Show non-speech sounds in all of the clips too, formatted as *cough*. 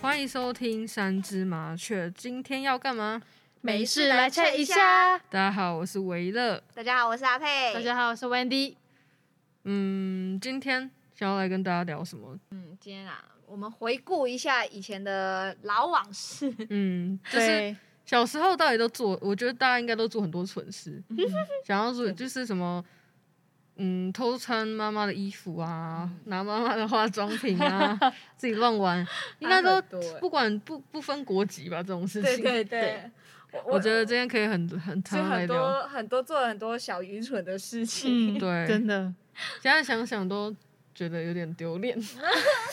欢迎收听《三只麻雀》，今天要干嘛？没事来 check 一下。大家好，我是维乐。大家好，我是阿佩。大家好，我是 Wendy。嗯，今天想要来跟大家聊什么？嗯，今天啊，我们回顾一下以前的老往 *laughs* 事。嗯，就是小时候到底都做，我觉得大家应该都做很多蠢事，想要做就是什么。嗯，偷穿妈妈的衣服啊，嗯拿妈妈的化妆品啊， *laughs* 自己乱玩，应该都差很多欸不管不不分国籍吧，这种事情。对，我我觉得今天可以很很是常来很聊。多很多做了很多小愚蠢的事 *laughs* 情。嗯，对真的，现在想想都觉得有点丢脸，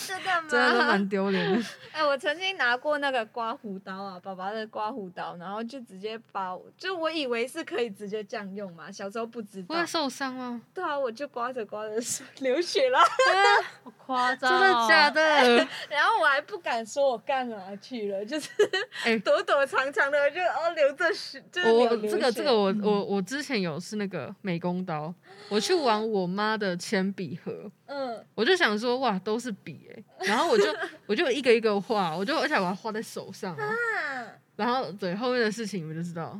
真的吗？ *laughs* 真的都蛮丢脸的。 *laughs* 哎、我曾经拿过那个刮胡刀啊，爸爸的刮胡刀，然后就直接把我，就我以为是可以直接这样用嘛，小时候不知道会。受伤吗？对啊，我就刮着刮着手流血了， *laughs* 好夸张 *laughs* 真哦，的假的？然后我还不敢说我干嘛去了，就是 *laughs* 哎躲躲藏藏的，就哦流着血，就是我流流这个血嗯这个我我我之前有是那个美工刀，我去玩我妈的铅笔盒，嗯，我就想说哇都是笔哎、然后我就 *laughs* 我就一个一个画，我就而且我还画在手上哦、啊然后对后面的事情你们就知道，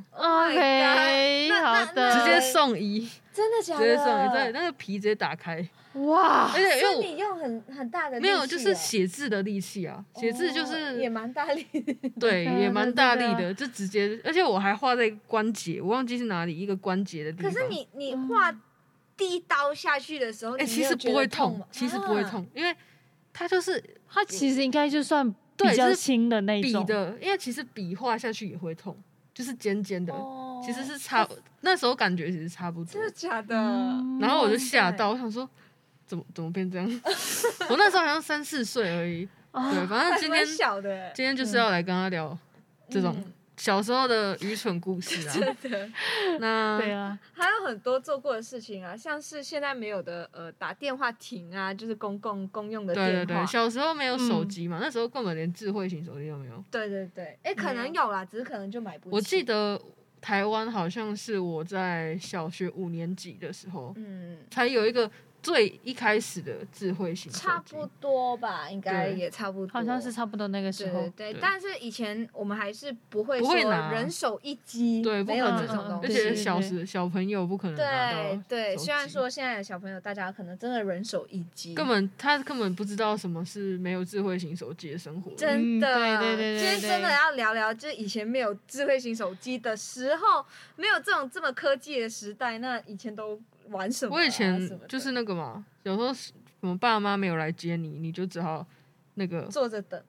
？OK，那那 Oh 好的，直那接送医，真的假直的？接送医，对，那个皮直接打开，哇而，且因为所我啊以你用很很大的力没气有，就是哦写字的力气啊，写字就哦是、也蛮大 *laughs* 力的，对，对啊也蛮对大力对啊的，就直接，而且我还画在关节，我忘记是哪里一个关节的地可方。是，你你画第一刀下去的时候，哎、你没其有实觉不得会痛吗，其实不会啊，痛，因为它就是它其实应该就算对比较就是轻的那笔种，的，因为其实笔画下去也会痛，就是尖尖的，哦其实是差，那时候感觉其实差不多真。的假的？嗯然后我就吓对到，我想说。怎么怎么变这样？ *laughs* 我那时候好像三四岁而已，对，啊，反正今哦还天蛮小的，今天就是要来跟他聊这种嗯小时候的愚蠢故事啊。 *laughs* 真的那对啊，嗯还有很多做过的事情啊，像是现在没有的呃打电话亭啊，就是公共公用的对电对对，话。嗯小时候没有手机嘛，那时候根本连智慧型手机都没有。对对对，哎，可能有啦，只是可能就买不起。啊我记，得台湾好像是我在小学五年级的时候、嗯，才有一个最一开始的智慧型手机，差不多吧，应该对也差不多。好像是差不多那个时对候对，对，对但是以前我们还是不会不说会拿人手一机，对不没有可这能啊种而东且对西。小时小朋友不可能拿到手对机。对，虽然说现在的小朋友大家可能真的人手一机，根本他根本不知道什么是没有智慧型手机的生活。真的，嗯对对对对今天真的对要聊聊，就是以前没有智慧型手机的时候，没有这种这么科技的时代，那以前都玩什么啊、我以前什么的就是那个嘛，有时候是我们爸妈没有来接你，你就只好那个，坐着等，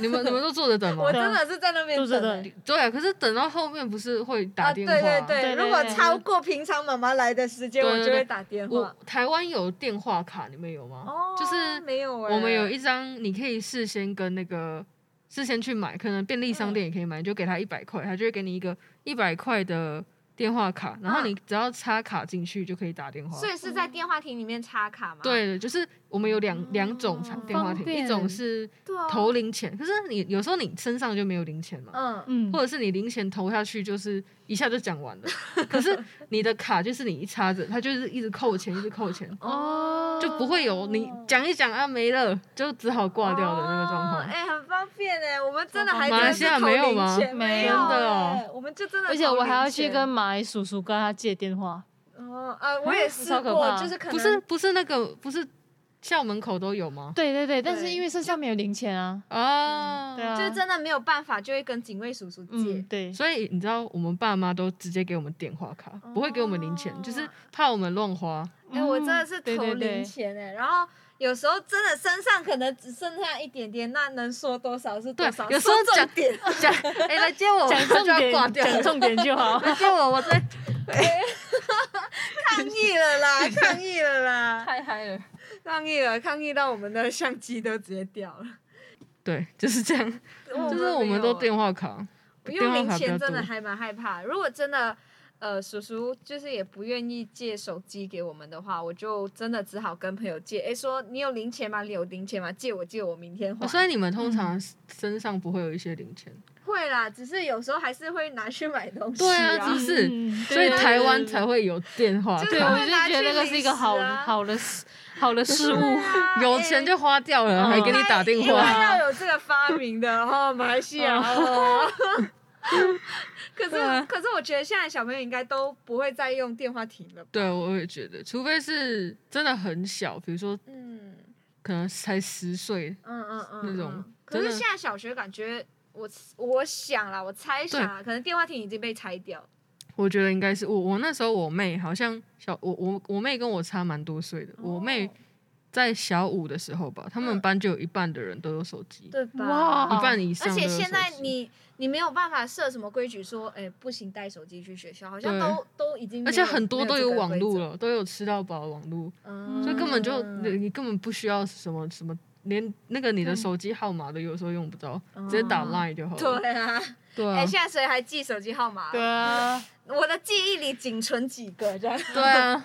你们你们都坐着 *laughs* 等吗我？真的是在那边坐着欸等对啊，可是等到后面不是会打啊，电对话啊、对对对，对如果对超过平常妈妈来的时间，对我对就对会打电话我。台湾有电话卡，你们有吗？哦，就是没有欸，我们有一张，你可以事先跟那个事先去买，可能便利商店也可以买，你就给他一百块，他就会给你一个一百块的电话卡，然后你只要插卡进去就可以打电话。所以是在电话亭里面插卡吗？对的，就是我们有两两种哦电话方亭，便一种是对啊，投零钱，可是你有时候你身上就没有零钱嘛，嗯，嗯或，者是你零钱投下去就是一下就讲 *laughs* 完了，可是你的卡就是你一插着，它就是一直扣钱，一直扣钱，哦就不会有你讲一讲啊没了，就只好挂掉的那个状哦况。哎、很方便哎，我们真的超方还便马真的是来西亚没有吗投零钱没有真的哦哎我们就真的，而且我还要去跟。马来叔叔跟他借电话，哦，呃，我嗯也试超可过，怕就是可能不是不是那个不是校门口都有吗？对对对，但是对因为身上没有零钱啊，啊，对啊，就真的没有办法，就会跟警卫叔叔嗯借。对，所以你知道我们爸妈都直接给我们电话卡，不会给我们零钱，哦就是怕我们乱 *laughs* 花。哎、我真的是嗯对投对对零钱哎，然后有时候真的身上可能只剩下一点点，那能说多少是多少。对有时候说讲重点，讲哎来接我，讲他重就要挂点，掉。讲重点就好。来接我，我 *laughs* 在抗议了 *laughs* 啦，抗议了啦，太嗨了。抗议了，抗议到我们的相机都直接掉 *laughs* 了。对，就是这样，就是我们没有都哎电话卡，我电用话零卡比较钱多真的。还蛮害怕，如果真的呃叔叔就是也不愿意借手机给我们的话，我就真的只好跟朋友借。诶，说你有零钱吗？你有零钱吗？借我借我，明天还。哦所以你们通常身上不会有一些零钱，会啦，只是有时候还是会拿去买东西、对啊只是嗯所以对台湾才会有电话就对，他我卡会，就拿觉去得那个零是一个好食啊好的事好的事物。对啊有钱就花掉了，嗯还给你打电因为话。要有这个发明的，然后马来西 *laughs* 亚。哦可啊是，可是我觉得现在小朋友应该都不会再用电话亭了吧。对，我也觉得，除非是真的很小，比如说嗯可能才十岁，嗯嗯嗯，那种嗯可真的是现在小学感觉，我我想啦，我猜想啦，可能电话亭已经被拆掉。我觉得应该是我。我那时候我妹好像小我我我妹跟我差蛮多岁的，我妹哦在小五的时候吧，他们嗯班就有一半的人都有手机，对吧？哇一半以上而都有且手机。现在你你没有办法设什么规矩说，哎，不行带手机去学校，好像对都都已经没有，而且很多都有网络了，了，都有吃到饱的网络，嗯嗯所以根本就你你根本不需要什么什么，连那个你的对手机号码都有时候用不到，直接打哦 Line 就好了。对啊，对哎，啊，现在谁还记手机号 *laughs* 码？对啊，我的记忆里仅存几个这样。对 *laughs* 啊，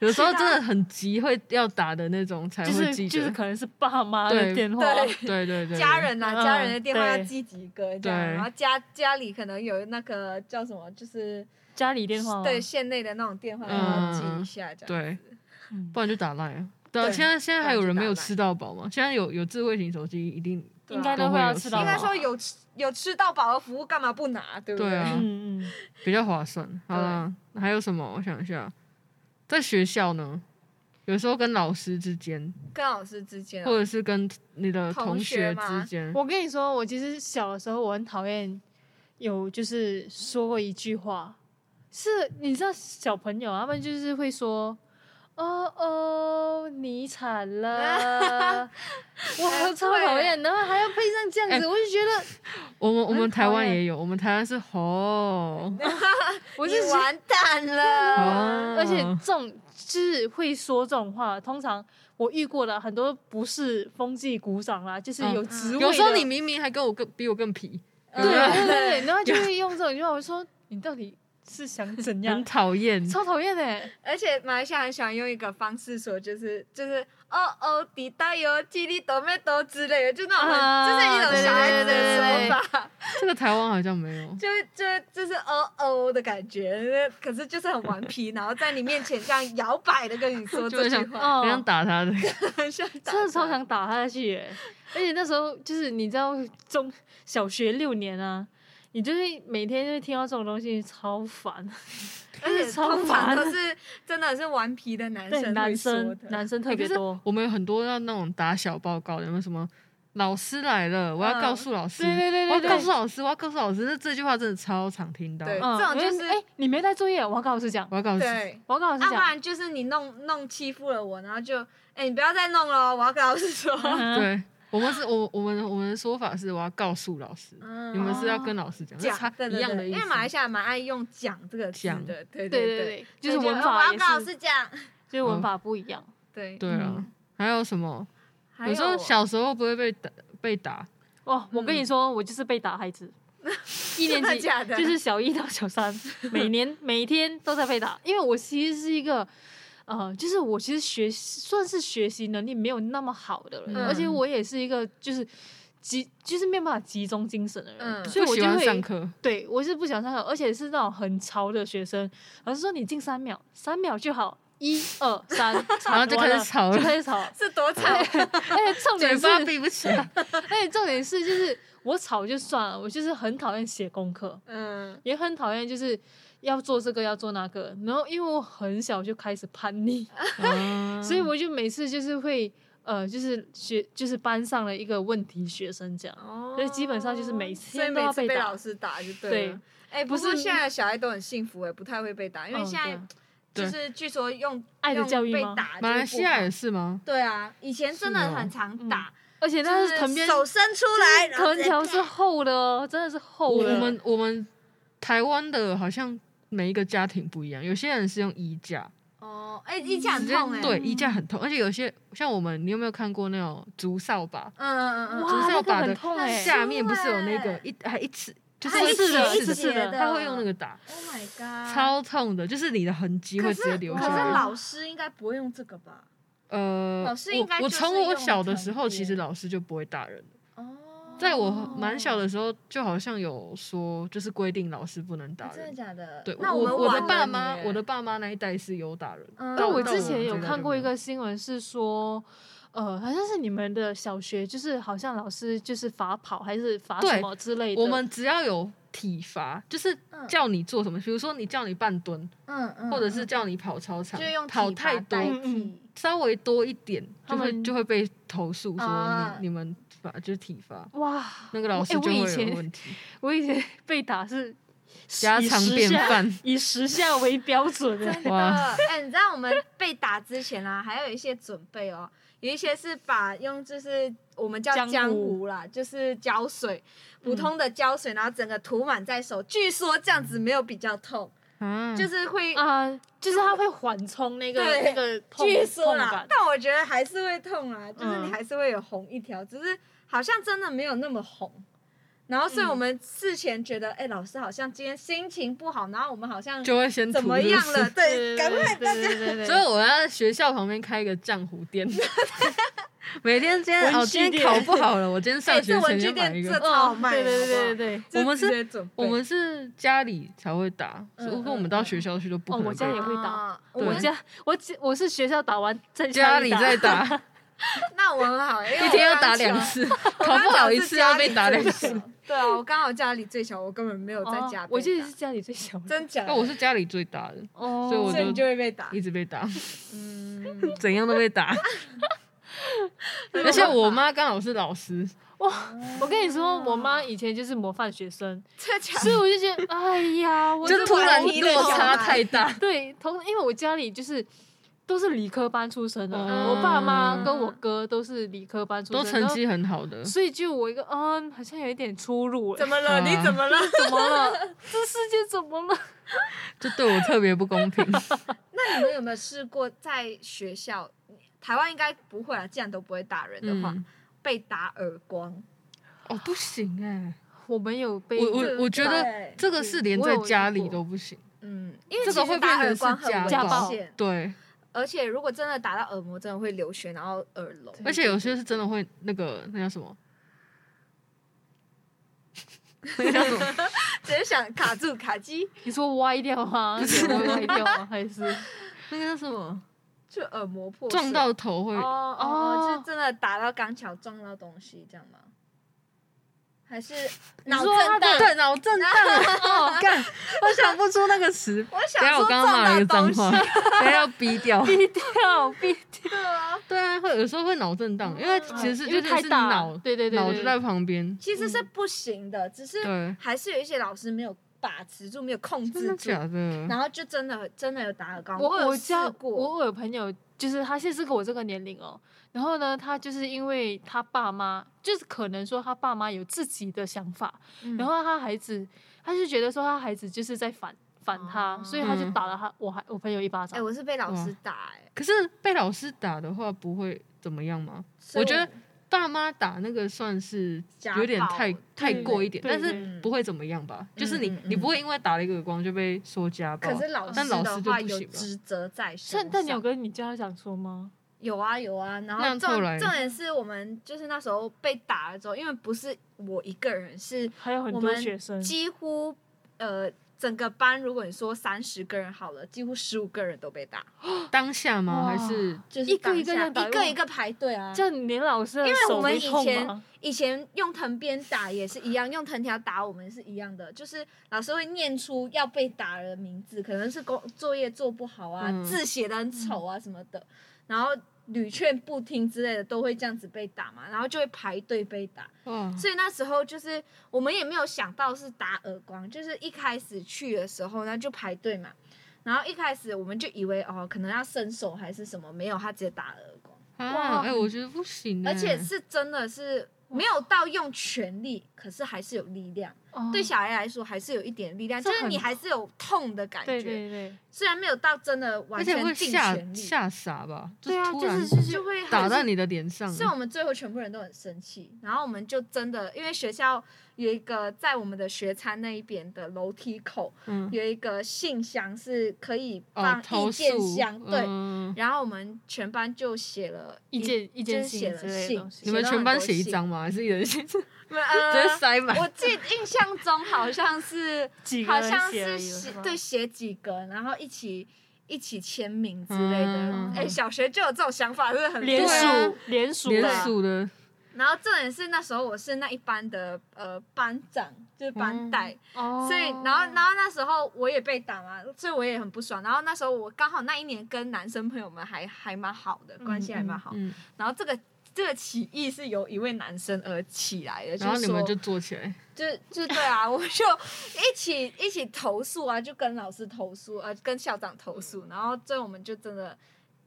有时候啊真的很急会要打的那种才就会是记就是得。可能是爸妈的对电话，对对对对，家人呐、嗯家人的电话要对记几个这样，对然后家家里可能有那个叫什么，就是家里电话吗对县内的那种电话要记一下这样。对，嗯不然就打 Line 啊。对啊，对现在现在还有人没有不然就打 Line 吃到饱吗？现在有有智慧型手机一定对啊应该都都会会有要吃到应吧。该说有吃有吃到饱的服务，干嘛不拿？对不对？对啊嗯嗯，比较划算。好啦，还有什么？我想一下，在学校呢，有时候跟老师之间，跟老师之间、或哦，者是跟你的同学之同学吗间，我跟你说，我其实小的时候我很讨厌有就是说过一句话，是你知道小朋友他们就是会说。哦哦，你惨 *laughs* 了！我超讨厌，然后还要配上这哎样子，我就觉得我们我们嗯很台湾讨厌也有，我们台湾是 *laughs* 吼，我你是觉得完蛋了。哦而且这种就是会说这种话，通常我遇过的很多不是风纪鼓掌啦，就是嗯有职位的、有时候你明明还跟我更比我更皮，嗯对嗯对对，啊对然后就会用这种句话，我说你到底是想怎样很？讨厌。超讨厌的，而且马来西亚很喜欢用一个方式说，就是就是哦哦，滴答哟，叽哩哆咩哆之类的，就那种很、啊就是一种小孩子的对对对对说法。这个台湾好像没有，就是就是就是哦哦的感觉，可是就是很顽皮，然后在你面前这样摇摆的跟你 *laughs* 说就是这句想话，哦很，想打他的。很像打真的超他想打他下去耶！而且那时候就是你知道中小学六年啊，你就是每天就会听到这种东西，超烦。而且嗯通常超烦都是真的是顽皮的男对，生男会说生的，男生特别可是多。我们有很多要那种打小报告的，有没有什么？老师来了，我要嗯告诉老师。对对对我要对对，告诉老师，我要告诉老师，这这句话真的超常听到。对嗯这种就是哎、你没带作业，我要跟老师讲，我要告诉老师，对，我要跟老要、师不讲。然就是你弄弄欺负了我，然后就哎、你不要再弄了哦，我要跟老师说， *laughs* 嗯，对我们是我我们我们的说法是我要告诉老师，嗯 *laughs* 你们是要跟老师讲，是讲差对一对样的对，意因思。为马来西亚蛮爱用“讲”这个字讲的，对对对，对，就是所以文哦法我也要跟老是，嗯师讲，就是文法不一样。对，对啊嗯，还有什么？还有时候小时候不会被打被打，哇，哦我跟你嗯说，我就是被打孩 *laughs* 子，一年真的级假的，就是小一到小 *laughs* 三，每年每天都在被打，因为我其实是一个。呃，就是我其实学习算是学习能力没有那么好的人，嗯而且我也是一个就是集就是没有办法集中精神的人，嗯所以不我喜就欢会上课，对，我是不想上课，而且是那种很潮的学生。老师说你进三秒，三秒就好，一二三， *laughs* 然后就开完始了哎吵就了开始吵。 *laughs* 是多惨而且重嘴点是，巴闭不起来。 *laughs* 而且重点是，就是我吵就算了，我就是很讨厌写功课， *laughs* 嗯，也很讨厌就是要做这个要做那个。然后因为我很小就开始叛逆，啊嗯所以我就每次就是会呃，就是学就是班上的一个问题学生这样。哦所以基本上就是每所以天都每要次被被打老师打就对对了。，哎、不不是是现在的小孩都很幸福哎、不太会被打，因为嗯现在对就啊是据说用爱的用教育被吗打，马来西亚也。是吗？对啊，以前真的是哦很常打，而且那就是嗯是藤边手伸出来，然后藤直接条啪是厚的哦，真的是我厚的。我啊嗯们我们台湾的好像每一个家庭不一样，有些人是用衣架，哦，哎、一下直很接痛哎、对嗯衣架很痛，而且有些像我们，你有没有看过那种竹扫把？嗯嗯嗯，哇，就是那要个把的很痛哎、下面不是有那个欸一还一尺就是它会一刺的，节一刺刺节的，的他会用那个打， Oh my god！超痛的，就是你的痕迹可会是直接流可下是来。老师应该不会用这个吧？呃，老师应该我我就是从我用小的藤时候，其实编老师就不会打人了。哦，在我蛮小的时候，就好像有说，就是规定老师不能啊，打真的人。假的？对，那我们我晚的了爸你妈，耶我的爸妈那一代是有打人。嗯到那我到之前们有这一代看就过没一个新闻是说，呃，好像是你们的小学，就是好像老师就是罚跑还是罚什对么之类的。我们只要有体罚，就是嗯叫你做什么，比如说你叫你半蹲，嗯嗯，或者嗯是叫你跑操场就用，跑体罚太多代，嗯嗯替稍微多一点，他就会们就会被投诉说啊你你们罚就是体罚，哇，那个老我师哎就我会以有前问题， *laughs* 我以前 *laughs* 被打是家以常时便下，饭。以时下为标准的。哇，呃，哎、你知道我们被打之前啊，还有一些准备哦，有一些是把用就是我们叫浆糊浆糊啦，就是胶水，普嗯通的胶水，然后整个涂满在手。据说这样子没有比较痛，啊就是会，啊、就是它会缓冲那个对那个痛据痛说啦感，，但我觉得还是会痛啊，就是你嗯还是会有红一条，只是好像真的没有那么红。然后，所以我嗯们事前觉得，哎、老师好像今天心情不好，然后我们好像就会先怎涂么是不样是了？对，赶快对对对对所以我要在学校旁边开一个浆糊 *laughs* 店，每天今天文哦，具今天店考不好了，我今天哎上这学文前具就买店一这个。超哦，慢对对好不好对对对。我们是就直接准备我们是家里才会打，嗯如果我们到学校去就不可嗯嗯能哦被打。我家也会打啊我对我们家我只我是学校打完在家里里打在打，那 *laughs* 我们好，一一天要打两，次，我考刚不巧好一是次家要被里打最两次小。。 *laughs* 对啊，我刚好家里最小，我根本没有在家被打。哦我记得是家里最小的，真假的？ *laughs* 那我是家里最大的，哦所以我所以你就就会被打。一直被 *laughs* 打，嗯，怎样都被 *laughs* 打。 *laughs* 而且我妈刚好是老师，我跟你说，我妈以前就是模范 *laughs* 学生，这假所以我就觉得，哎呀，我就这突然头一痛落差小孩太大，对，同因为我家里就是都是理科班出身的，嗯我爸妈跟我哥都是理科班出身，都成绩很好的然后，所以就我一个，嗯，好像有一点出入、哎怎么啊了？你怎么了？ *laughs* 怎么了？这世界怎么了？就对我特别不公 *laughs* 平。那你们有没有试过在学校？台湾应该不会啊，既然都不会打人的话嗯，，被打耳光。哦，不行哎。我没有被我对我我觉得对这个是连我在有家遇里过都不行，嗯，因为这个其实会变打成耳是光很家危暴险，对，而且如果真的打到耳膜，真的会流血，然后耳聋。对而且有些是真的会那个那叫什么， *laughs* 那叫什么？直接想卡住卡机，你说歪掉吗？是歪掉吗？还 *laughs* 是 *laughs* 那个叫什么？就耳膜破碎撞到头会 *laughs* 哦哦哦，就是真的打到钢桥撞到东西这样吗？还是脑说他的震荡？对脑震 *laughs* 荡，哦干，我想不出那个词。 *laughs* *laughs* 我等一想下说我刚刚撞骂了一到个脏东西话， *laughs* 等一下要逼掉。必掉必掉？对啊， *laughs* 对啊，会有时候会脑震荡，因为其实哦因就是为太是大了脑对对对脑对就在旁边， *laughs* 其实是不行的，只是嗯对，还是有一些老师没有把持住，没有控真制的住，假的？然后就真的真的有打耳光。我有我试家过，我有朋友，就是他现在是跟我这个年龄哦。然后呢，他就是因为他爸妈，就是可能说他爸妈有自己的想法，嗯然后他孩子，他就觉得说他孩子就是在反反他，哦所以他就嗯打了他我还我朋友一巴哎、掌。我是被老师哇打、哎，可是被老师打的话不会怎么样吗？所以我觉得爸妈打那个算是家有点暴太太过一点，对但对是不会怎么样吧？就是你嗯嗯你不会因为打了一个耳光就被说家暴可，是老哦但老的师就话不有行吧职责在身但上。但你有跟你家长说吗？有啊有啊，然后那重后来重点是我们就是那时候被打了之后，因为不是我一个人，是还有很我多们学生，几乎呃整个班，如果你说三十个人好了，几乎十五个人都被打，当下吗？哇还是就是一个一个当下这样打一个一个排队啊。这样连老师的因为手我们没以痛前吗？以前用藤鞭打也是一样，用藤条打我们是一样的，就是老师会念出要被打的名字，可能是工作业做不好啊，嗯字写的很丑啊什么的，然后屡劝不听之类的都会这样子被打嘛，然后就会排队被打。哇？所以那时候就是我们也没有想到是打耳光，就是一开始去的时候呢就排队嘛，然后一开始我们就以为哦可能要伸手还是什么，没有他直接打耳光，啊，哎，我觉得不行欸，而且是真的是没有到用全力，可是还是有力量，哦对小孩来说还是有一点力量，这就很是你还是有痛的感对觉，对对，虽然没有到真的而完且全会尽吓全力，吓傻吧？对啊，突就然是就是就会很嗯打到你的脸上，所以我们最后全部人都很生气，然后我们就真的因为学校有一个在我们的学餐那一边的楼梯口嗯，有一个信箱是可以哦放，投意见诉箱，对。嗯然后我们全班就写了意见意见就是写信了之类信的东西你。们写到全很班多写一信张吗？还是一人写？ *laughs* 直 *laughs* 接呃，塞满？我记印象中好像是几好个人像写而是已写吧对写几个，然后一起一起签名之类的。哎、嗯小学就有这种想法，是很联对啊署联署连吧署的，然后重点是那时候我是那一班的呃班长，就是班带，哦所以然后然后那时候我也被打嘛，所以我也很不爽。然后那时候我刚好那一年跟男生朋友们还还蛮好的，关系还蛮好。嗯，然后这个这个起义是由一位男生而起来的，然后是你说们就坐起来，就就对啊， *laughs* 我就一起一起投诉啊，就跟老师投诉，呃，跟校长投嗯诉，然后最后我们就真的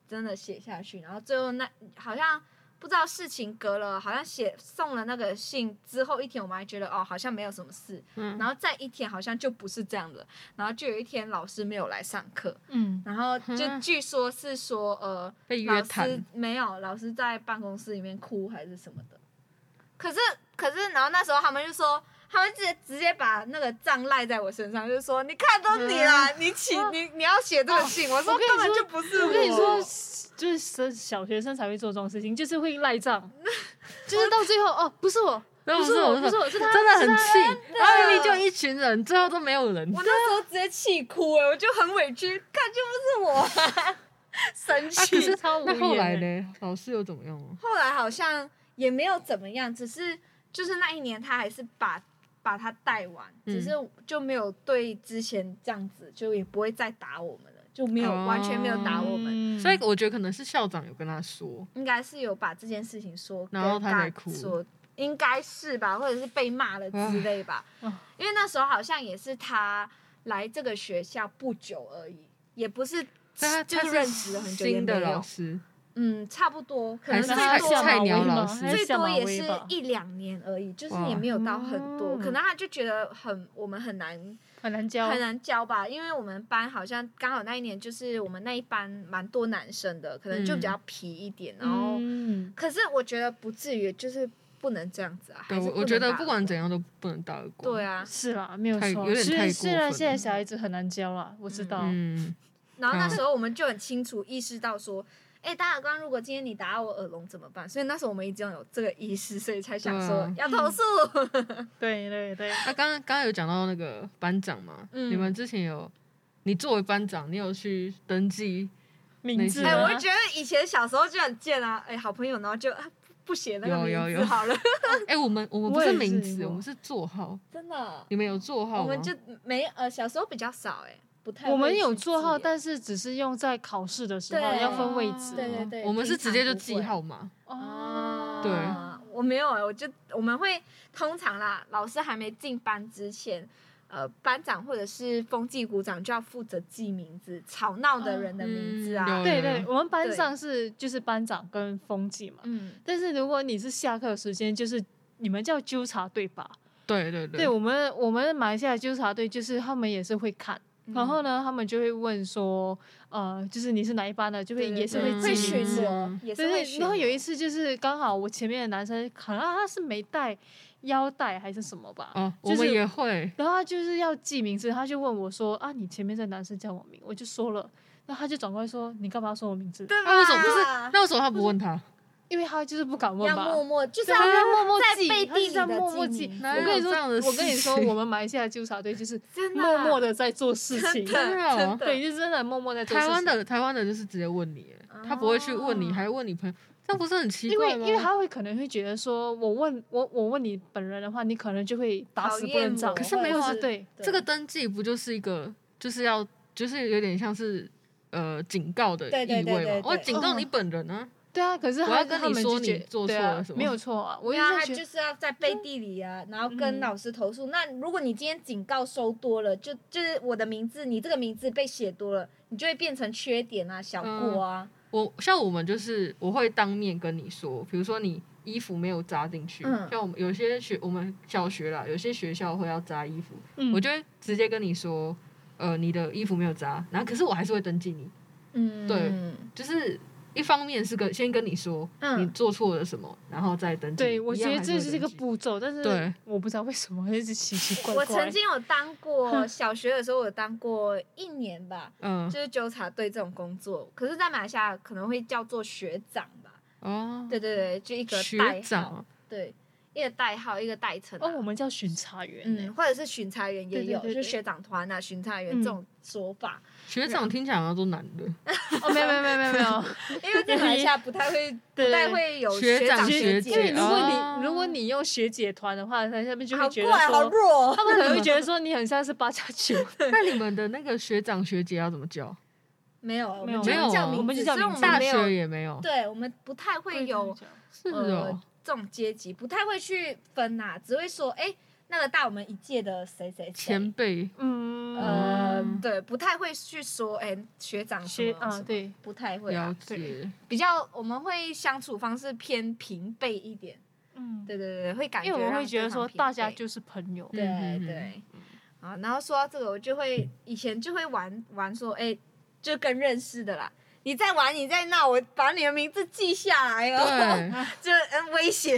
真的写下去，然后最后那好像不知道事情隔了，好像写送了那个信之后一天，我们还觉得哦好像没有什么事，嗯然后再一天好像就不是这样的，然后就有一天老师没有来上课，嗯然后就嗯据说是说呃被约老师谈，没有，老师在办公室里面哭还是什么的。可是可是，然后那时候他们就说，他们直接直接把那个账赖在我身上，就说你看都你啦，你起你你要写这个信，我说我跟你根本说就不是我跟你说，哦就是生小学生才会做这种事情，就是会赖账，啊就是到最后哦，不是我，那不是我，不是真我，是他，的很是他气，然后明明就一群人，最后都没有人，我那时候直接气哭哎、我就很委屈，看就不是我、 *laughs* 啊，生啊，可气。是超无那后言来欸呢？老师又怎么样哦？后来好像也没有怎么样，只是就是那一年他还是把把他带完，嗯只是就没有对之前这样子，就也不会再打我们了，就没有、完全没有打我们，嗯所以我觉得可能是校长有跟他说，应该是有把这件事情说跟然后他大才哭啊说应该是吧，或者是被骂了之 *laughs* 类吧唉，因为那时候好像也是他来这个学校不久而已，也不是但他就他是认识了很久也新的没老有，师，嗯，差不多，可能还最是菜夏多菜马鸟威老吗师还是最夏多马也威是吧一两年而已，就是哇也没有到很多，嗯可能他就觉得很我们很难很难教，很难教吧，因为我们班好像刚好那一年就是我们那一班蛮多男生的，可能就比嗯较皮一点，然后、嗯可是我觉得不至于，就是不能这样子啊，对还是我我能觉得打不管怎样都不能打耳光，对，啊，是啦，没有太错有，点太是过是啊，分了现在小孩子很难教啦，我知道，嗯，然后那嗯时候我们就很清楚意识到说。哎，打耳光！如果今天你打我耳聋怎么办？所以那时候我们已经有这个意识，所以才想说、对啊要投诉。对对对，那啊刚刚刚刚有讲到那个班长嘛，嗯你们之前有，你作为班长，你有去登记名字是哎、啊我就觉得以前小时候就很贱啊，哎、好朋友，然后就啊不不写那个有有名字有好了， *laughs* 哎、我们我们不我也是是名字，我我们是座号。真的，你们有座号吗？我们就没呃小时候比较少哎、不太啊会我们有去座号，记但是只是用在考试的时候对哦啊要分位置，对对对我们是平直常接就不记会号码。哦，对啊我没有哎、我就我们会通常啦，老师还没进班之前。呃，班长或者是风纪股长就要负责记名字，吵闹的人的名字啊嗯，对有有对，有我们班对上是就是班长跟风纪嘛，嗯，但是如果你是下课时间，就是你们叫纠察队吧？对对对，我们我们马来西亚纠察队就是他们也是会看，嗯然后呢，他们就会问说，呃，就是你是哪一班的，就会对对也是对会会记巡名巡字。逻，也是对嗯会对，巡逻。然后有一次就是刚好我前面的男生可能他是没带腰带还是什么吧，哦，就是我们也会。然后他就是要记名字，他就问我说啊，你前面这男生叫我名，我就说了，那他就转过来说你干嘛要说我名字？对吧？啊啊那为什么不啊是？那为什么他不问他？因为他就是不敢问要吧，默 *laughs* 默，就是对啊啊要他默就默默在记，背他地就里在的默记默名记。哪我有跟你说这样的，我跟你说，事情啊我们马来西亚纠察队就是真的默默的，的在做事情，真的哦 *laughs* 对，就是真的默默地在做台事情。湾的台湾的就是直接问你，哎他不会去问你，哦还问你朋友，这样不是很奇因为怪吗？因为他会可能会觉得说，我问我我问你本人的话，你可能就会打死不认账，讨厌可我是没有或啊者是对，这个登记不就是一个，就是要就是有点像是呃警告的对对意对味对嘛，我对警告嗯你本人啊。对啊。可是我他要跟他你们说就觉你做对错啊了什么没有错啊。我对一啊，他直在就觉是要在背地里啊，然后跟嗯老师投诉。那如果你今天警告收多了，就就是我的名字，你这个名字被写多了，你就会变成缺点啊、小过啊。我像我们就是我会当面跟你说，比如说你衣服没有扎进去，嗯像我们有些学我们小学啦，有些学校会要扎衣服，嗯我就会直接跟你说，呃，你的衣服没有扎，然后可是我还是会登记你，嗯，对就是一方面是跟先跟你说嗯你做错了什么，然后再登记。对，我一觉样得还这会是一个登记步骤，但是对我不知道为什么一直奇奇怪怪。我曾经有当过，小学的时候我有当过一年吧，嗯就是纠察队这种工作。可是，在马来西亚可能会叫做学长吧？哦，对对对，就一个代学号，长对，一个代号，一个代称啊、哦，我们叫巡查员呢、嗯，或者是巡查员也对对有，对就对学长团啊、巡查员嗯这种说法，学长听起来好像都男的，哦，没有没有没有没有 *laughs* 没有，因为在马来西亚不太 *laughs* 会、对不太会有学长长学姐因为姐如果你、哦如果你用学姐团的话，他下面就会好觉怪得好说，弱、哦他们可能会觉得说你很像是八加九， *laughs* 那你们的那个学长学姐要怎么叫？没有没有没没有叫啊名字，我们就叫所以名 *laughs* 我字们大没有学也没有，对我们不太会有是哦呃，这种阶级，不太会去分呐、只会说哎、诶那个大我们一届的谁谁谁前。辈嗯呃嗯，对，不太会去说，哎、学嗯长什学么什啊么，对，不太会、了啊，解，比较我们会相处方式偏平辈一点，嗯，对对对，会感觉因为我们让会觉得对方说平大家辈就是朋友，对嗯嗯嗯对，啊，然后说到这个，我就会以前就会玩玩说，哎、就跟认识的啦，你在玩你在闹，我把你的名字记下来哦， *laughs* 对， *laughs* 就嗯威胁，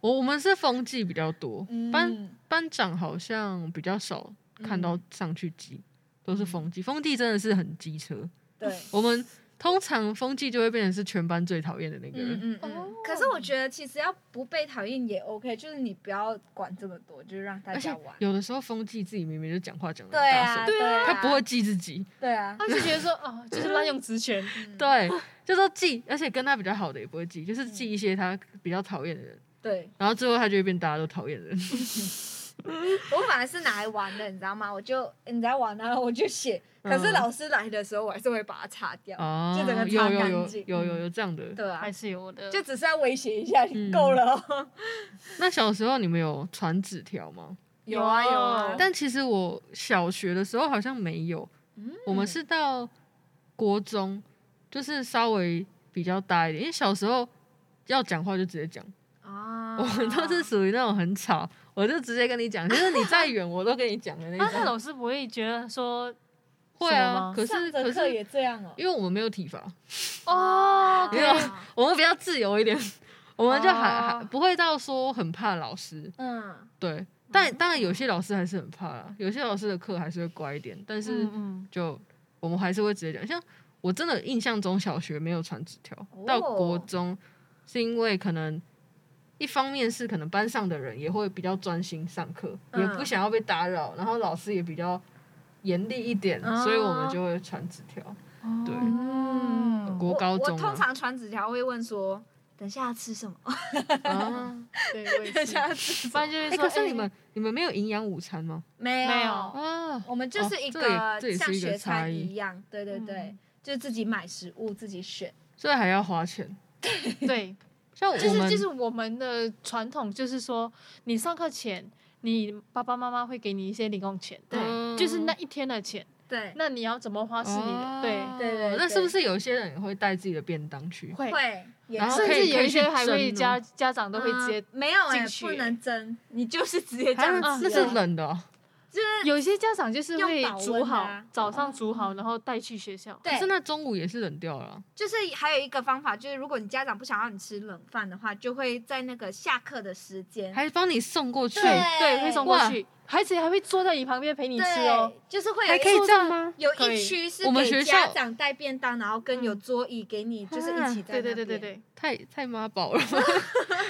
我我们是风纪比较多，班嗯班长好像比较少看到上去嗯记，都是风纪，风纪真的是很机车。 *laughs* 对。我们通常风纪就会变成是全班最讨厌的那个嗯人，嗯哦嗯，可是我觉得其实要不被讨厌也 OK，就是你不要管这么多，就是让大而且家玩。有的时候风纪自己明明就讲话讲的对大声啊，，对啊，他不会，记自己，对啊，他就觉得说哦，就是滥用职权，嗯对，就说记，而且跟他比较好的也不会记，就是记一些他比较讨厌的人，对，然后最后他就会变大家都讨厌的人。 *laughs* 我反而是拿来玩的，你知道吗？我就你在玩啊，我就写，可是嗯老师来的时候，我还是会把它擦掉。哦，就整个有擦有干有净有有有这样的。对啊 *laughs* 还，是有的，就只是要威胁一下，嗯够了哦。那小时候你们有传纸条吗？有啊有啊有，但其实我小学的时候好像没有，嗯我们是到国中，就是稍微比较大一点，因为小时候要讲话就直接讲， *laughs* 啊，我们都嗯哦是属于那种很吵，我就直接跟你讲，就是你再远我都跟你讲的啊 *laughs* 那，那种。老师不会觉得说会什么啊吗，可上是着可课是也这样哦。啊因为我们没有体罚，哦，没有我们比较自由一点，我们就还还哦不会到说很怕老师，嗯，对，但当然有些老师还是很怕啦，有些老师的课还是会乖一点，但是嗯就我们还是会直接讲。像我真的印象中小学没有传纸条，到哦国中是因为可能一方面是可能班上的人也会比较专心上课，也不嗯想要被打扰，然后老师也比较严厉一点，所以我们哦就会传纸条。 *laughs* 嗯对嗯国我高我中啊通常传纸条会问说，等下要吃什么？啊，对，我也 *laughs* 等是下要吃什么不然就是哎、说，可是哎你们、你们没有营养午餐吗？没没有有？啊，我们就是一哦个这也这像也是一个学差餐异一样，对对对嗯，就自己买食物自己选。所以还要花钱。对，像我就们是就是我们的传统，就是说你上课前，你爸爸妈妈会给你一些零用钱，对嗯就是那一天的钱，对，那你要怎么花是你的，对，哦对对那是不对是有些人也会带自己的便当去？会，会，也然后甚可以至有一些还可以会去蒸家家长都会直接嗯，没有哎进，去不能蒸，你就是直接这啊样那子。是冷的、哦，有一些家长就是会用保温煮好啊，早上煮好，然后带去学校。可对是，那中午也是冷掉了啊。就是还有一个方法，就是如果你家长不想让你吃冷饭的话，就会在那个下课的时间，还帮你送过去，对对，会送过哇去，孩子还会坐在你旁边陪你吃哦对。，就是会有还一可以桌这样吗？有可一以区是我们学给校家长带便当，然后跟嗯有桌椅给你，就是一起在对对那对对边。对，太太妈宝了。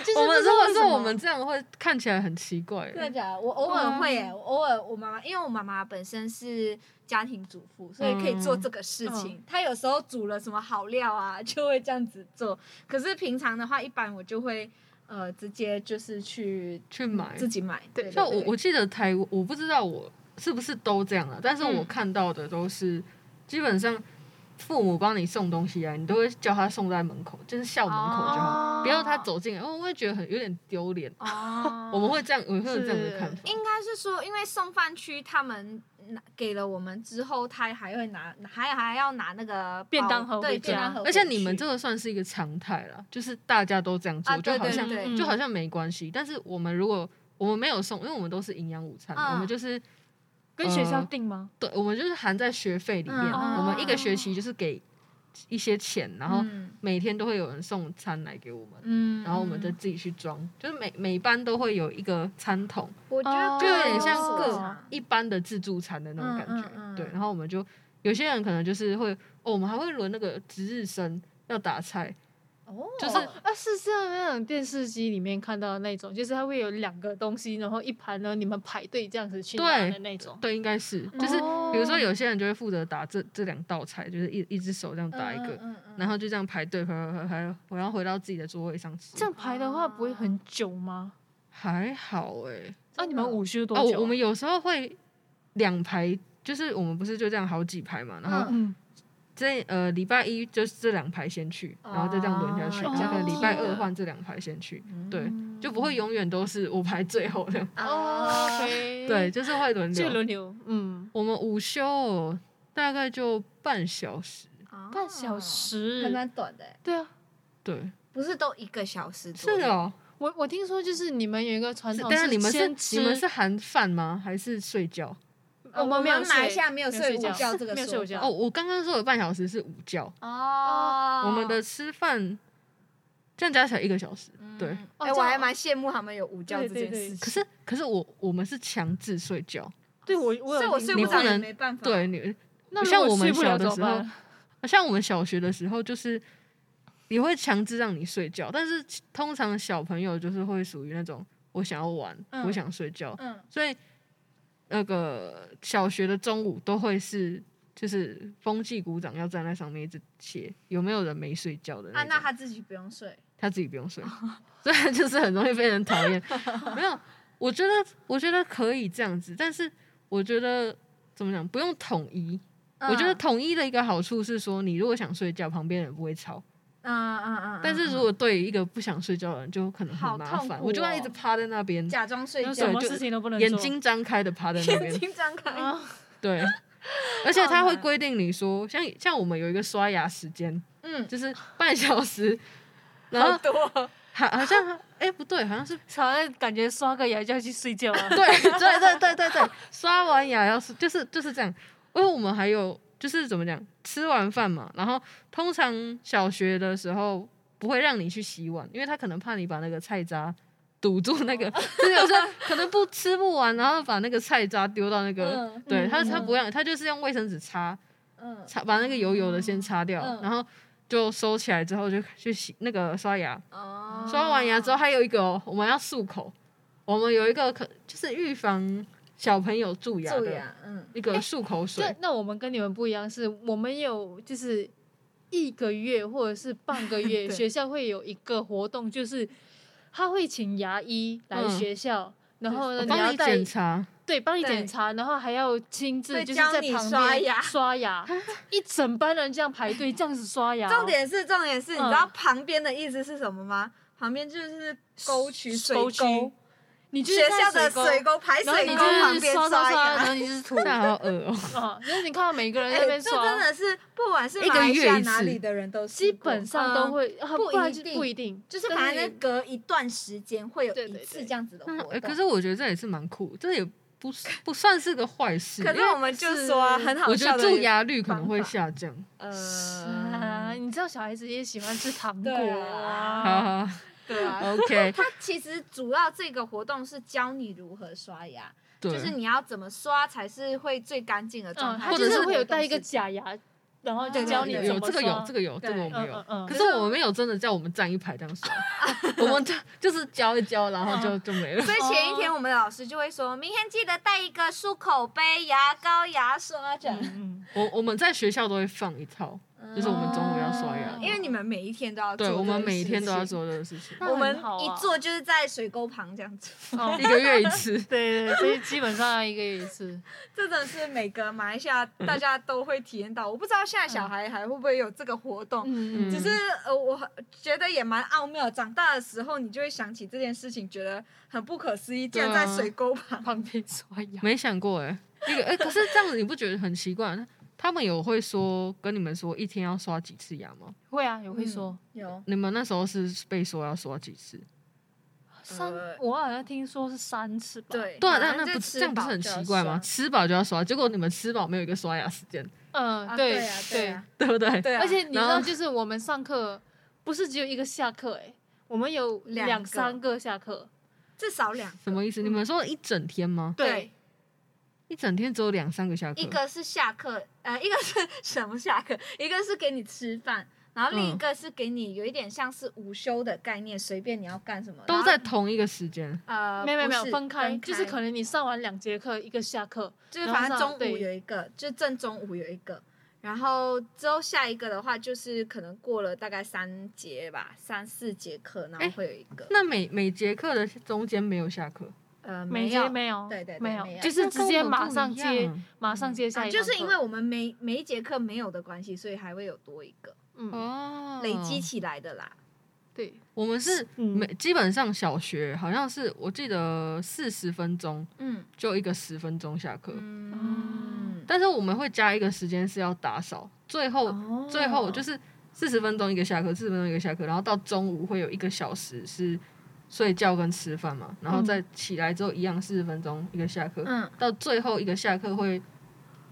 就是我不们如知道果为是什我么们这样，会看起来很奇怪。真的假的？我偶尔嗯会耶，我偶尔我妈妈，因为我妈妈本身是家庭主妇，所以可以做嗯这个事情。她有时候煮了什么好料啊， *laughs* 就会这样子做。可是平常的话，一般我就会呃直接就是去去买自己买。对，像对我我记得台，我不知道我是不是都这样啊，但是我嗯看到的都是、基本上父母帮你送东西啊，你都会叫他送在门口，就是校门口就好，哦不要他走进来，我会觉得很有点丢脸。哦 *laughs* 我们会这样，我会有这样的是看法。应该是说，因为送饭区他们拿给了我们之后，他还会拿，还还要拿那个包便当盒对回便家当盒回去，而且你们这个算是一个常态啦，就是大家都这样做，啊就对好对像对嗯就好像没关系。但是我们如果我们没有送，因为我们都是营养午餐，嗯我们就是跟学校呃订吗？对，我们就是含在学费里面，嗯我们一个学期就是给一些钱，然后嗯每天都会有人送餐来给我们，嗯，然后我们再自己去装，就是每每班都会有一个餐桶，我觉哦得就有点各啊像有所各长一般的自助餐的那种感觉。嗯嗯嗯对，然后我们就有些人可能就是会，哦，我们还会轮那个值日生要打菜，哦，就是啊，是像那种电视机里面看到的那种，就是它会有两个东西，然后一盘呢，你们排队这样子去拿对的那种。对，应该是就是。哦比如说，有些人就会负责打这这两道菜，就是一一只手这样打一个，嗯嗯嗯然后就这样排队，排排排排，然后回到自己的座位上吃。这样排的话不会很久吗？还好哎、啊，你们午休多哦，久啊？我我们有时候会两排，就是我们不是就这样好几排嘛，然后嗯，这呃礼拜一就是这两排先去，然后再这样轮下去，哦然后可能礼拜这样二子换这两排先去，嗯对，就不会永远都是我排最后的，哦啊，*laughs*，OK，对，，就是会嗯轮就流。轮流，嗯，我们午休哦大概就半小时，啊半小，时，还蛮短的欸，对啊。对，不是都一个小时是左右？哦。我我听说就是你们有一个传统，但是你们先是吃，你们是含饭吗？还是睡觉？我呃我们哦没有们马来睡西亚没有没有睡睡午觉觉这个没有睡说午觉法哦，我刚刚说有半小时是午觉，哦我们的吃饭这样加起来一个小时，对。嗯哦哎、这我样还蛮羡慕他们有午觉对这件对对事情。可是哦可是我我们是强制睡觉，对我我所以有我听睡过不着你不也能没办法。对，你那如像果我们睡不了小的怎么时候办像我们小学的时候就是也会强制让你睡觉，但是通常小朋友就是会属于那种我想要玩，嗯我想睡觉，嗯，所以那个小学的中午都会是。就是风纪鼓掌要站在上面一直写有没有人没睡觉的那啊，种，那哦他自己不用睡。他自己不用睡， *laughs* 所以就是很容易被人讨 *laughs* 厌。没有，我觉得我觉得可以这样子，但是我觉得怎么讲，不用统一。嗯我觉得统一的一个好处是说，你如果想睡觉，旁边人不会吵。嗯，嗯嗯嗯。但是如果对于一个不想睡觉的人，就可能很麻好痛烦。苦哦我就要一直趴在那边，假装睡有觉什，么就事情都不能眼做睛张开的趴在那 *laughs* 边。睛张开。嗯啊，对，而且他好会难规定你说，像像我们有一个刷牙时间，嗯，就是半小时，然好后多。好好像哎、不对，好像是好像感觉刷个牙就要去睡觉了。对对对对对对，刷完牙要是就是就是这样，因为我们还有就是怎么讲，吃完饭嘛，然后通常小学的时候不会让你去洗碗，因为他可能怕你把那个菜渣堵住那个，就是有时候可能不吃不完，然后把那个菜渣丢到那个，嗯对他嗯他不让，他就是用卫生纸擦嗯擦，把那个油油的先擦掉，嗯然后就收起来之后就去洗那个刷牙，哦刷完牙之后，还有一个、哦、我们要漱口，我们有一个可就是预防小朋友蛀牙蛀的牙，嗯，一个漱口水，那那我们跟你们不一样，是我们有就是一个月或者是半个 *laughs* 月，对学校会有一个活动，就是他会请牙医来嗯学校，然后呢我你帮要你带检 *laughs* 查。对帮你对检查，然后还要亲自会就是教在你旁边刷牙刷 *laughs* 牙，一整班人这样排队这样子刷牙哦，重点是重点是，你嗯知道旁边的意思是什么吗？旁边就是沟渠、 *laughs* 水沟渠沟，你就是学在校的沟水沟排然后水你沟就旁是边刷刷刷，然牙。后你就是吐这样好恶哦、 *laughs* 啊，就是你看到每个人在哎那边这刷，真的是，不管是一个马来西亚月一哪次里的人都试基过本上都嗯会，啊不不然一就定不一定，就是但反正隔一段时间会有对一对次对这样子的活那动。哎可是我觉得这也是蛮酷，这也不 *laughs* 不算是个坏事。可因是为我们就说啊是很好我觉笑得的，蛀牙率可能会方法下降。啊，呃，你知道小孩子也喜欢吃糖果对啊，好好对啊。 ，OK，它其实主要这个活动是教你如何刷牙， *laughs* 对，就是你要怎么刷才是会最干净的状嗯，态，他或就者是是会有带一个假牙，然后就对教你有怎有么这个有这个，个有这个对我没嗯有。嗯嗯可是我没有真的叫我们站一排这样刷，我们就就是教一教，然后就就没了。所以前一哦天我们老师就会说，明天记得带一个漱口杯、牙膏、牙刷这样，嗯，我我们在学校都会放一套，嗯就是我们中午要刷牙哦的，因为你们每一天都要做，对我们每一天都要，做这个事情，那我们很好啊一做就是在水沟旁这样子，哦。一个月一次对对对，所以基本上一个月一次，这真的是每个马来 *laughs* 西亚大家都会体验到。我不知道现在小孩还会不会有这个活动，嗯嗯只是呃，我觉得也蛮奥妙。长大的时候，你就会想起这件事情，觉得很不可思议，竟对啊然在水沟旁。旁边刷牙，没想过哎、那个哎、可是这样子你不觉得很奇怪？他们有会说跟你们说一天要刷几次牙吗？会啊，有会说有你们那时候是被说要刷几次？三呃，我好像听说是三次吧，对对啊，反那正那就不吃这样不是饱很就要奇怪吗？刷吃饱就要刷，结果你们吃饱没有一个刷牙时间，嗯、啊对对啊对啊对不对？对啊，而且你知然道，后就是我们上课不是只有一个下课哎、我们有两两个三个下课，至少两什么意思？你们说一整天吗？对，一整天只有两三个下课，一个是下课，呃，一个是什么下课？一个是给你吃饭，然后另一嗯个是给你有一点像是午休的概念，随便你要干什么。然都后在同一个时间。呃，没有没有没有不是分开，分就是可能你上完两节课，一个下课，就是反然正后中上午对有一个，就是正中午有一个，然后之后下一个的话就是可能过了大概三节吧，三四节课，然后会有一个，那每每节课的中间没有下课，呃，每没节有，没有，对对对没有没有，就是直接马上那跟我接们不一样马上接下啊一堂课、就是因为我们每每一节课没有的关系，所以还会有多一个嗯哦，累积起来的啦。对我们是嗯每基本上小学好像是我记得四十分钟嗯就一个十分钟下课，嗯，但是我们会加一个时间是要打扫，最后、哦最后就是四十分钟一个下课，四十分钟一个下课，然后到中午会有一个小时是睡觉跟吃饭嘛，然后再起来之后一样四十分钟一个下课，嗯到最后一个下课会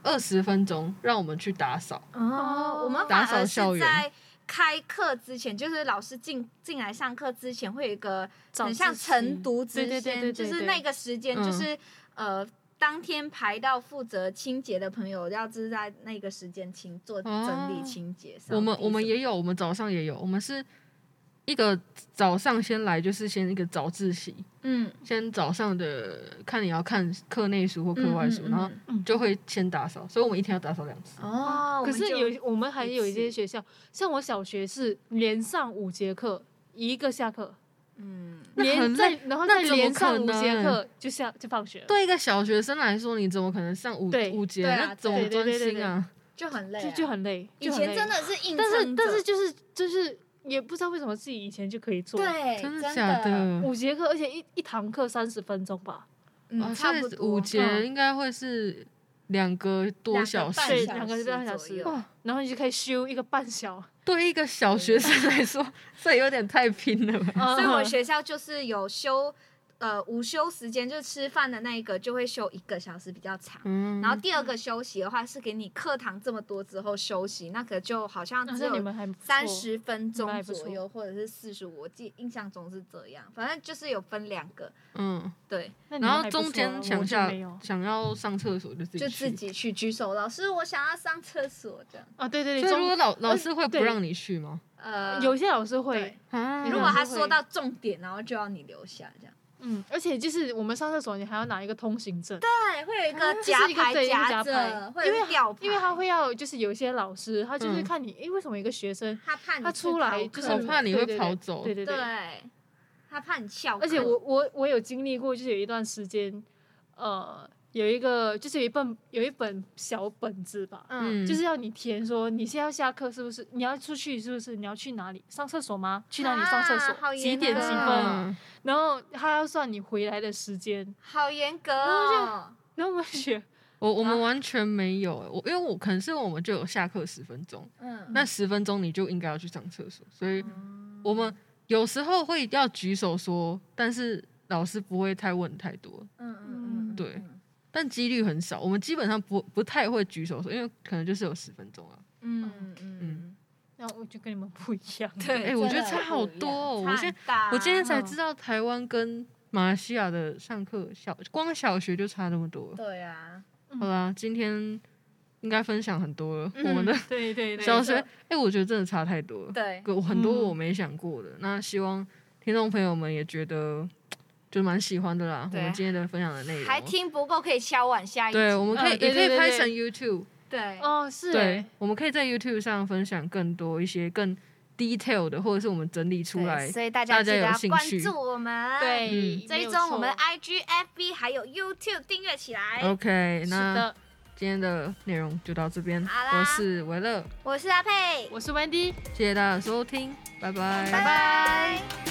二十分钟让我们去打扫，哦，我们打反扫而校是园在开课之前，就是老师进进来上课之前，会有一个早很像自习晨读对之对对对间，对就是对那个时间，嗯就是、呃。当天排到负责清洁的朋友，要是在那个时间清做哦整理清洁。扫我们地我们什么也有，我们早上也有，我们是一个早上先来，就是先一个早自习，嗯先早上的看你要看课内书或课外书，嗯嗯嗯然后嗯就会先打扫，所以我们一天要打扫两次。哦，可是我们就有我们还有一些一次学校，像我小学是连上五节课，一个下课，嗯那很连累再然后那再怎么连可上五节能课就下就放学了，对一个小学生来说，你怎么可能上五对五节？对啊那怎么专心啊？就很累、啊，就就很累。以就很前累真的是硬撑但是但是着就是就是也不知道为什么自己以前就可以做，对哎真的假的？五节课，而且一一堂课三十分钟吧，嗯，啊，差现不在多五节嗯应该会是两个多小时半。对，小两个时半小左时右，哇，然后你就可以休一个半小。对一个小学生来说， *laughs* 这有点太拼了吧？所所以 *laughs* 我学校就是有休，呃，午休时间就是吃饭的那一个就会休一个小时比较长。嗯，然后第二个休息的话是给你课堂这么多之后休息，那个就好像只啊那你有们还不错三，十分你们钟还不错左右，或者是四十五，我记印象中是这样。反正就是有分两个，嗯，对，那你们然后还不错啊中间我想就下没有想要上厕所就自己就去自。己去举手，老师我想要上厕所这样。啊，对对所对，以如果中老老师会不对让你去吗？呃，有些老师会对，，啊，如果他说会到重点，然后就要你留下这样。嗯，而且就是我们上厕所，你还要拿一个通行证，对，会有一啊个就是夹一个排对一个夹夹着，排因会有为一个吊牌，因为他会要就是有一些老师，他就是嗯看你，诶，为什么一个学生他怕你他去出来逃就是课我怕你对会对对跑走对对对，对，他怕你翘课。而且我我我有经历过，就是有一段时间，呃，有一个就是有一本有一本小本子吧，嗯，就是要你填说你现在要下课是不是？你要出去是不是？你要去哪里上厕所吗？去哪里上厕所？啊好几严点格几分？嗯然后他要算你回来的时间。好严格然哦。然后我学，我我们完全没有欸、我因为我可能是我们就有下课十分钟，嗯，那十分钟你就应该要去上厕所，所以嗯我们有时候会要举手说，但是老师不会太问太多，嗯嗯嗯，对但几率很少，我们基本上不不太会举手说，因为可能就是有十分钟啊。嗯嗯嗯，然后我就跟你们不一样。对，哎我觉得真的差好不一样多哦我差现很大我今天才嗯知道台湾跟马来西亚的上课小光小学就差那么多了。对啊，好啦，今天应该分享很多了，嗯我们的 *laughs* 对对对，小没错学，哎、我觉得真的差太多了。对，个很多嗯我没想过的。那希望听众朋友们也觉得就蛮喜欢的啦。我对们今天的分享的内容，还听不够可以敲碗下一集。对，我们可以、嗯对也可对以对拍对成 YouTube，对哦，是对欸，，我们可以在 YouTube 上分享更多一些更 detail 的，或者是我们整理出对来。所以大大家记家得有要兴关趣注我们，，对，没嗯追有踪我们的错嗯 IG、FB 还有 YouTube 订阅起来。 OK，是那啊的，今天的内容就到这边。好啦我是维乐，我是阿佩，我是 Wendy。谢谢大家的收听，拜拜拜拜